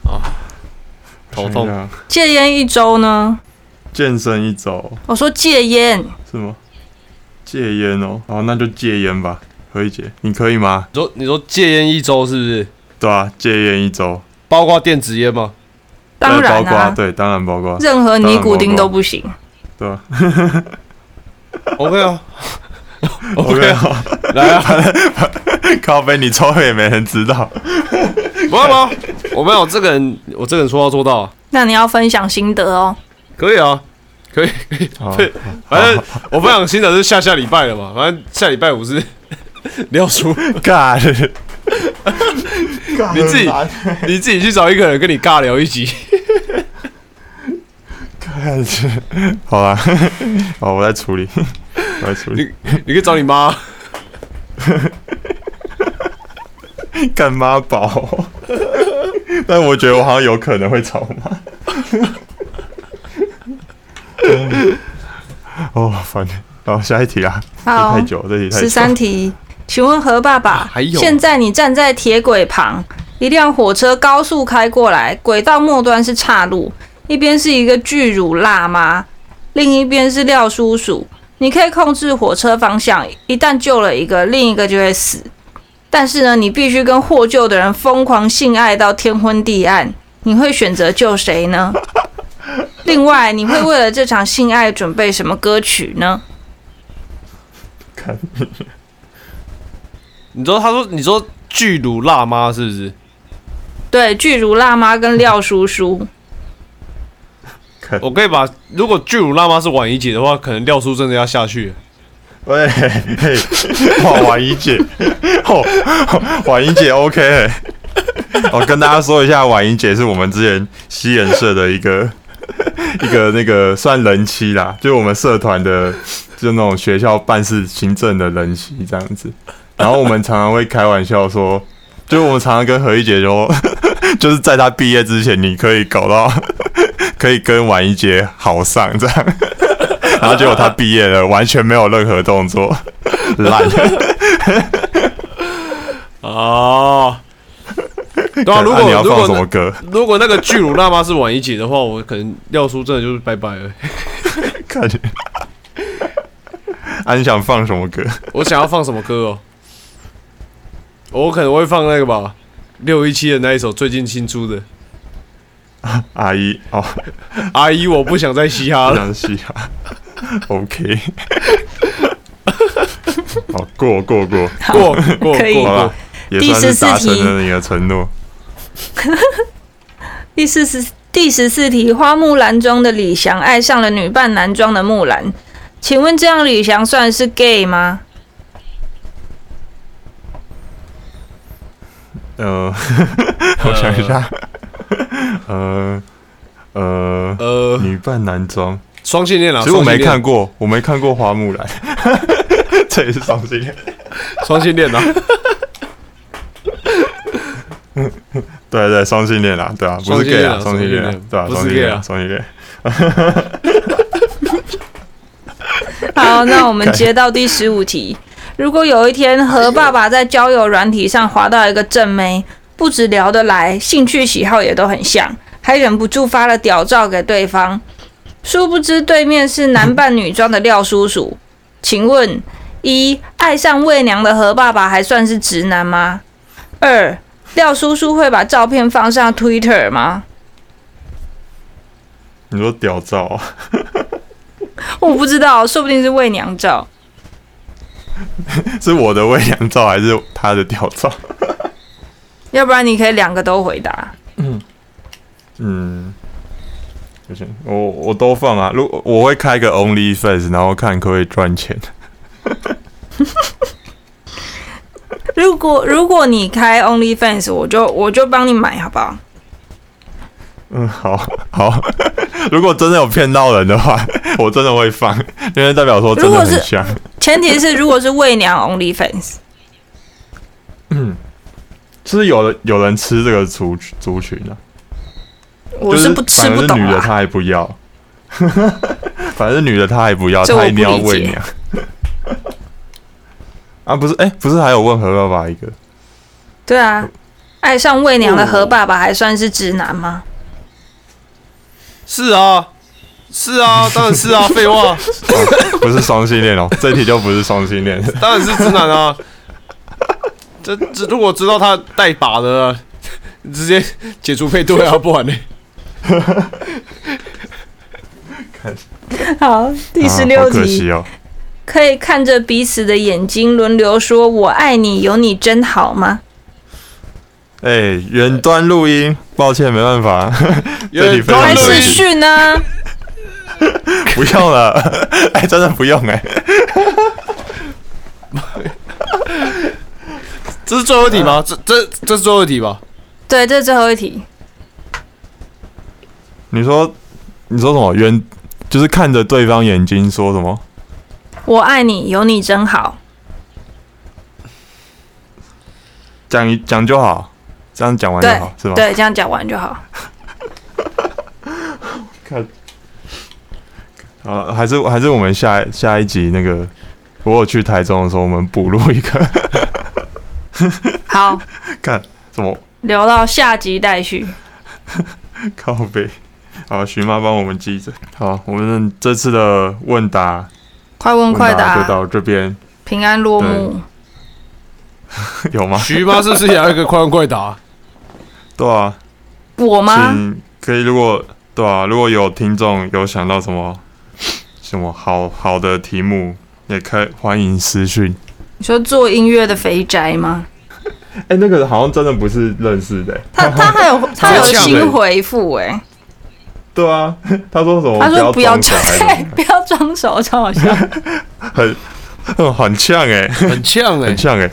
Speaker 1: 啊头痛
Speaker 2: 想一下。
Speaker 3: 戒烟一周呢？
Speaker 2: 健身一周
Speaker 3: 我说戒烟，
Speaker 2: 是吗？戒烟哦，好，那就戒烟吧，何一姐，你可以吗？
Speaker 1: 你说你说戒烟一周是不是？
Speaker 2: 对啊，戒烟一周，
Speaker 1: 包括电子烟吗？
Speaker 3: 当
Speaker 2: 对
Speaker 3: 然
Speaker 2: 包括
Speaker 3: 啊，
Speaker 2: 对，当然包
Speaker 3: [LAUGHS]
Speaker 2: 括，
Speaker 3: 任何尼古丁都不行。
Speaker 2: 对吧
Speaker 1: OK [LAUGHS] 啊
Speaker 2: ？OK
Speaker 1: 啊，
Speaker 2: [LAUGHS] 啊，
Speaker 1: [LAUGHS] 来啊！
Speaker 2: 咖啡你抽也没人知道。
Speaker 1: 不要不要，我没有这个人，我这个人说到做到啊，
Speaker 3: 那你要分享心得哦。
Speaker 1: 可以啊，可以可以。
Speaker 2: [LAUGHS] 好
Speaker 1: 对，反正我分享新的是下下礼拜了嘛，反正下礼拜五是 [LAUGHS] 廖叔，
Speaker 2: 尬的，
Speaker 1: 你自己你自己去找一个人跟你尬聊一集。
Speaker 2: 尬的， [LAUGHS] 好啦，好，我在处理，我在处理。
Speaker 1: 你你可以找你妈，
Speaker 2: 干妈宝，但我觉得我好像有可能会吵妈。 [LAUGHS] 哦，烦，好，下一题啦，这
Speaker 3: 好，
Speaker 2: 太久，这题太久。
Speaker 3: 十三题，请问何爸爸
Speaker 1: 啊还，有
Speaker 3: 现在你站在铁轨旁，一辆火车高速开过来，轨道末端是岔路，一边是一个巨乳辣妈，另一边是廖叔叔。你可以控制火车方向，一旦救了一个，另一个就会死。但是呢，你必须跟获救的人疯狂性爱到天昏地暗，你会选择救谁
Speaker 1: [LAUGHS]
Speaker 3: 呢？另外，你会为了这场性爱准备什么歌曲呢？
Speaker 2: 看，
Speaker 1: 你知道他说你说巨乳辣妈是不是？
Speaker 3: 对，巨乳辣妈跟廖叔叔，
Speaker 2: 看，
Speaker 1: 我可以把如果巨乳辣妈是婉怡姐的话，可能廖叔真的要下去了。
Speaker 2: 喂，嘿，哇，婉怡姐， [LAUGHS] 哦，婉怡姐，OK，欸我、跟大家说一下，婉怡姐是我们之前西人社的一个 [LAUGHS] 一个那个算人妻啦，就是我们社团的，就那种学校办事行政的人妻这样子。然后我们常常会开玩笑说，就是我们常常跟何一姐说， [LAUGHS] 就是在她毕业之前，你可以搞到 [LAUGHS] 可以跟婉一姐好上这样，然后结果她毕业了，完全没有任何动作，
Speaker 1: [LAUGHS]
Speaker 2: 烂。
Speaker 1: 哦，对啊，如
Speaker 2: 那
Speaker 1: 果
Speaker 2: 你要
Speaker 1: 如
Speaker 2: 放什
Speaker 1: 果
Speaker 2: 么歌？
Speaker 1: 如果那个巨乳辣妈是婉一姐的话，我可能廖叔真的就是拜拜了。
Speaker 2: 看 [LAUGHS] 你，啊，你想放什么歌？
Speaker 1: 我想要放什么歌哦？我可能会放那个吧，六一七的那一首最近新出的《
Speaker 2: 阿姨哦，
Speaker 1: 阿姨我不想再嘻哈
Speaker 2: 不
Speaker 1: 了
Speaker 2: [LAUGHS] 想嘻哈。OK，好过过过，》
Speaker 1: 过，过过
Speaker 3: 可
Speaker 2: 好
Speaker 3: 以
Speaker 1: 过
Speaker 2: 吧。，也算是达成了你的承诺。
Speaker 3: 第四十第十四题，花木兰中的李翔爱上了女扮男装的木兰，请问这样李翔算是 gay 吗？
Speaker 2: 呃，我想一下，呃呃，
Speaker 1: 呃，
Speaker 2: 女扮男装，
Speaker 1: 双性恋啊，
Speaker 2: 其实我没
Speaker 1: 双性恋
Speaker 2: 看过，我没看过花木兰， [LAUGHS] 这也是双性恋。
Speaker 1: 双性恋啊，
Speaker 2: 对对，双性恋啦，对啊，不
Speaker 1: 双
Speaker 2: 是
Speaker 1: 性恋
Speaker 2: gay
Speaker 1: 啊
Speaker 2: 啊，双性恋啊
Speaker 1: 双性恋，
Speaker 2: 对啊，
Speaker 1: 不是
Speaker 2: 双性恋
Speaker 1: gay 啊
Speaker 2: 啊，双性恋。
Speaker 3: 好，那我们接到第十五题。如果有一天和爸爸在交友软体上滑到一个正妹，不止聊得来，兴趣喜好也都很像，还忍不住发了屌照给对方。殊不知对面是男扮女装的廖叔叔。请问：一、爱上媚娘的何爸爸还算是直男吗？二、廖叔叔会把照片放上 Twitter 吗？
Speaker 2: 你说屌照啊， [LAUGHS]
Speaker 3: 我不知道，说不定是媚娘照。
Speaker 2: 是我的喂养照 [LAUGHS] 还是他的屌照？ [LAUGHS]
Speaker 3: 要不然你可以两个都回答。
Speaker 2: 嗯，不行，我我都放啊。如我会开个 OnlyFans，然后看可不可以赚钱。 [LAUGHS]
Speaker 3: 如果如果你开 OnlyFans，我就我就帮你买，好不好？
Speaker 2: 嗯，好好。 [LAUGHS] 如果真的有骗到人的话， [LAUGHS] 我真的会放，因为代表说真
Speaker 3: 如
Speaker 2: 的
Speaker 3: 果
Speaker 2: 很
Speaker 3: 是
Speaker 2: 像。
Speaker 3: 前提是如果是喂娘 OnlyFans，
Speaker 2: 就是有人有人吃这个族族群啊，
Speaker 3: 我
Speaker 2: 就是
Speaker 3: 不吃
Speaker 2: 反正
Speaker 3: 不
Speaker 2: 是
Speaker 3: 懂啊
Speaker 2: 女的
Speaker 3: 啦。
Speaker 2: 她还不要， [LAUGHS] 反正女的她还不要，
Speaker 3: 这我
Speaker 2: 她一定要
Speaker 3: 不理
Speaker 2: 喂
Speaker 3: 解
Speaker 2: 娘。 [LAUGHS] 啊，不是，哎、不是还有问何爸爸一个，
Speaker 3: 对啊，爱上喂娘的
Speaker 2: 哦
Speaker 3: 何爸爸还算是直男吗？
Speaker 1: 是啊，是啊，当然是啊，废话，
Speaker 2: 哦不是双性恋哦， [LAUGHS] 这题就不是双性恋。
Speaker 1: 当然是直男啊。这这如果知道他带把的啊、直接解除配对啊，不然呢？
Speaker 3: 好， [LAUGHS] 第十六
Speaker 2: 啊、好可
Speaker 3: 题，
Speaker 2: 惜哦，
Speaker 3: 可以看着彼此的眼睛，轮流说“我爱你，有你真好”吗？
Speaker 2: 哎、远端录音，抱歉，没办法， [LAUGHS] 这里非
Speaker 1: 当
Speaker 2: 常
Speaker 1: 然
Speaker 3: 还
Speaker 1: 是
Speaker 3: 是啊讯呢？
Speaker 2: 不用了， [LAUGHS] 哎、真的不用哎、
Speaker 1: 这是最后一题吗？这这这是最后一题吧？
Speaker 3: 对，这是最后一题。
Speaker 2: 你说，你说什么？远就是看着对方眼睛说什么？
Speaker 3: 我爱你，有你真好。
Speaker 2: 讲一讲就好，这样讲完就
Speaker 3: 对
Speaker 2: 好，是吧？
Speaker 3: 对，这样讲完就好。
Speaker 2: 啊，还是还是我们下下一集那个，我有去台中的时候，我们补录一个， [LAUGHS]
Speaker 3: 好，
Speaker 2: 看什么
Speaker 3: 留到下集待续。
Speaker 2: 靠背。好，徐妈帮我们记着。好，我们这次的问答
Speaker 3: 快问快
Speaker 2: 问答
Speaker 3: 答
Speaker 2: 就，到这边， [LAUGHS]
Speaker 3: 平安落幕。
Speaker 2: 有吗？
Speaker 1: 徐妈是不是也要一个快问快答？啊
Speaker 2: 对啊，
Speaker 3: 我吗？
Speaker 2: 请可以，如果对啊，如果有听众有想到什么什么好好的题目，也可以欢迎私讯。
Speaker 3: 你说做音乐的肥宅吗？
Speaker 2: 哎、那个好像真的不是认识的、 [LAUGHS]
Speaker 3: 他他还有他有
Speaker 1: 超强
Speaker 3: 新
Speaker 2: 的
Speaker 3: 回复哎、
Speaker 2: 对啊， [LAUGHS] 他说什么？
Speaker 3: 他说
Speaker 2: 不
Speaker 3: 不要装
Speaker 2: 装小
Speaker 3: 对
Speaker 2: 孩，
Speaker 3: [LAUGHS] 不要装熟，
Speaker 2: [LAUGHS]
Speaker 3: 超好笑。
Speaker 2: 很很很呛哎、
Speaker 1: 很呛哎、
Speaker 2: 很呛哎、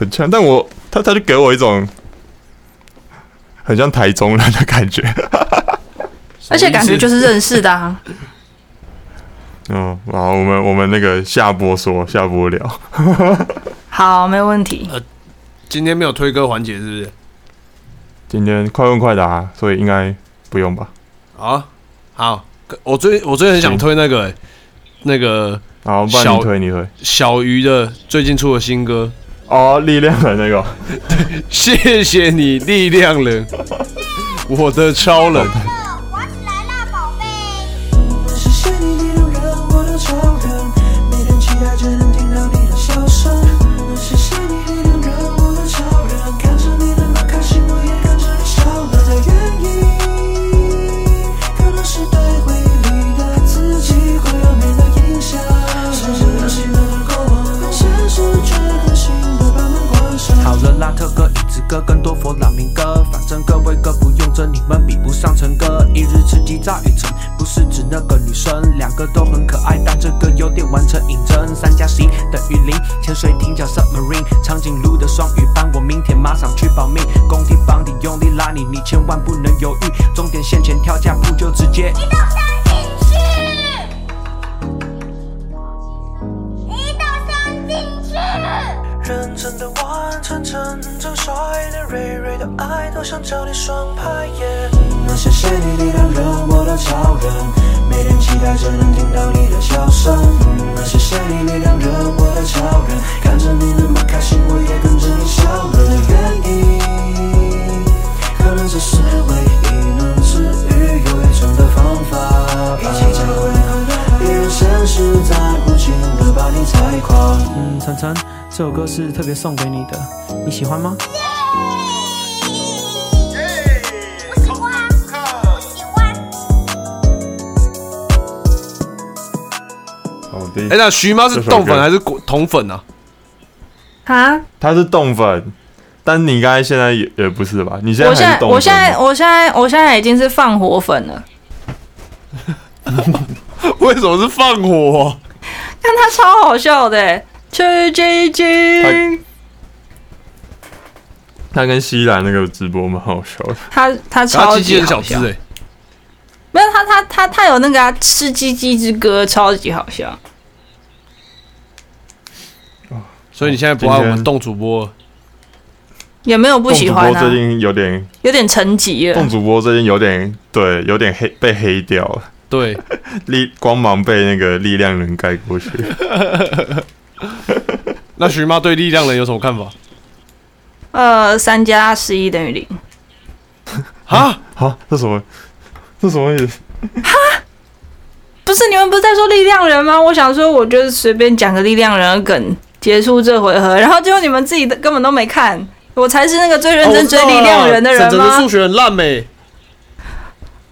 Speaker 2: 很呛。但我他他就给我一种很像台中人的
Speaker 1: [LAUGHS]
Speaker 2: 感觉。
Speaker 3: 而且感觉就是认识的啊。
Speaker 1: 哦
Speaker 2: 嗯，好，我们我们那个下播说下播聊。
Speaker 3: 好，没问题。
Speaker 1: 今天没有推歌环节是不是？
Speaker 2: 今天快问快答，所以应该不用吧？
Speaker 1: 啊，好，可我最我最近很想推那个、欸那个
Speaker 2: 好，不然
Speaker 1: 小
Speaker 2: 你推你推。
Speaker 1: 小鱼的最近出的新歌，
Speaker 2: 哦，力量的那个，
Speaker 1: 谢谢你力量人，我的超人。
Speaker 4: 玩起来啦，宝贝！
Speaker 5: 谢谢你你容忍我的超人，每天期待着能听到你的笑声。谢谢你你容忍我的超人，看着你那么开心，我也跟着你笑了。的原因可能是对回忆里的自己会有美的影响。相信那些能够忘，但现实却狠心的把门关上。
Speaker 6: 好了啦，特哥、椅子哥跟多佛朗明哥，反正各位哥不用争，你们比不上陈哥。一日吃鸡炸雨城，不是指那个女生，两个都很可爱，但这个有点完成引针。三加十一等于零，潜水艇叫 submarine，长颈鹿的双语班，我明天马上去报名。工地房里用力拉你，你千万不能犹豫，终点线前跳下步就直接。
Speaker 4: 一到三进去，一到三进去。
Speaker 5: 认真的完成成长，帅的、瑞瑞的爱都想找你双排耶。那谢谢你力量让我的超人，每天期待着能听到你的笑声。那谢谢你力量让我的超人，看着你那么开心，我也跟着你笑了的原因，可能这是唯一能治愈忧郁症的方法。一起加快快乐，别让现实在无情的把你踩垮。
Speaker 6: 嗯，晨晨，这首歌是特别送给你的，你喜欢吗？
Speaker 4: 我喜欢，我喜欢。
Speaker 2: 好的，
Speaker 1: 哎、那徐妈是冻粉还是果同粉啊？ [LAUGHS]
Speaker 3: 啊！
Speaker 2: 他是冻粉，但你刚才现在也也不是吧？你现在
Speaker 3: 我
Speaker 2: 还
Speaker 3: 现
Speaker 2: 是
Speaker 3: 在，
Speaker 2: 冻粉吗
Speaker 3: 我现在，我现在，我现在已经是放火粉了。
Speaker 1: 为什么是放火、啊
Speaker 3: 但他超好笑的欸，去去去！
Speaker 2: 他跟西兰那个直播蛮好笑的，
Speaker 3: 他
Speaker 1: 他
Speaker 3: 他超
Speaker 1: 鸡鸡
Speaker 3: 级
Speaker 1: 很
Speaker 3: 好
Speaker 1: 小只
Speaker 3: 笑
Speaker 1: 哎、，
Speaker 3: 没有他他他他有那个啊吃鸡鸡之歌，超级好笑。
Speaker 1: 所以你现在不爱我
Speaker 2: 今
Speaker 1: 们
Speaker 2: 天
Speaker 1: 动主播了？
Speaker 3: 也没有不喜欢
Speaker 2: 冻主
Speaker 3: 啊
Speaker 2: 播，最近有点，
Speaker 3: 有点沉寂了
Speaker 2: 冻。主播最近有点，对，有点黑被黑掉了，
Speaker 1: 对，
Speaker 2: 力光芒被那个力量人盖过去。
Speaker 1: 那徐妈对力量人有什么看法？
Speaker 3: 呃，三加十一等于零。
Speaker 1: 啊，
Speaker 2: 好，这什么？这什么意思？
Speaker 3: 不是你们不是在说力量人吗？我想说，我就是随便讲个力量人的梗结束这回合，然后结果你们自己的根本都没看，我才是那个最认真追力量人的人
Speaker 2: 哦
Speaker 1: 整的
Speaker 3: 吗？
Speaker 1: 数学很烂没、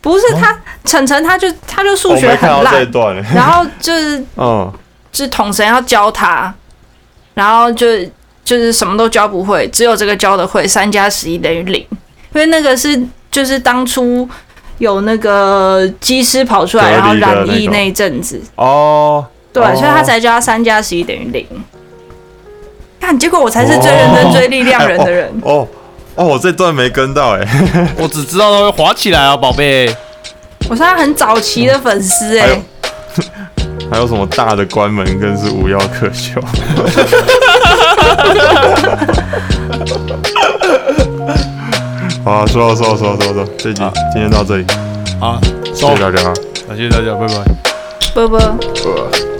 Speaker 3: 不是他，晨晨他就他就
Speaker 2: 我
Speaker 3: 数学
Speaker 2: 哦没看
Speaker 3: 很
Speaker 2: 到这一
Speaker 3: 烂，
Speaker 2: 段
Speaker 3: [LAUGHS]
Speaker 2: 欸。
Speaker 3: 然后就是
Speaker 2: 嗯，
Speaker 3: 就是统神要教他，然后就就是什么都教不会，只有这个教的会，三加十一等于零，因为那个是就是当初有那个机师跑出来，然
Speaker 2: 隔
Speaker 3: 后
Speaker 2: 离的
Speaker 3: 染疫
Speaker 2: 那种
Speaker 3: 那一阵子，
Speaker 2: 哦，
Speaker 3: 对，
Speaker 2: 哦
Speaker 3: 所以他才叫他三加十一等于零。看，结果我才是最认真追力量人
Speaker 2: [LAUGHS]
Speaker 3: 的人。
Speaker 2: 哦，哦，我这段没跟到哎，
Speaker 1: 我只知道他会滑起来啊，宝贝。
Speaker 3: 我是他很早期的粉丝哎、
Speaker 2: 哎呦还有什么大的关门更是无药可救。 [LAUGHS] 好，啊说了说了说了说了，这集今天到这里，
Speaker 1: 好，
Speaker 2: 谢
Speaker 1: 收
Speaker 2: 谢，大家。
Speaker 1: 感谢大家，拜拜。
Speaker 3: 波波。
Speaker 2: 呃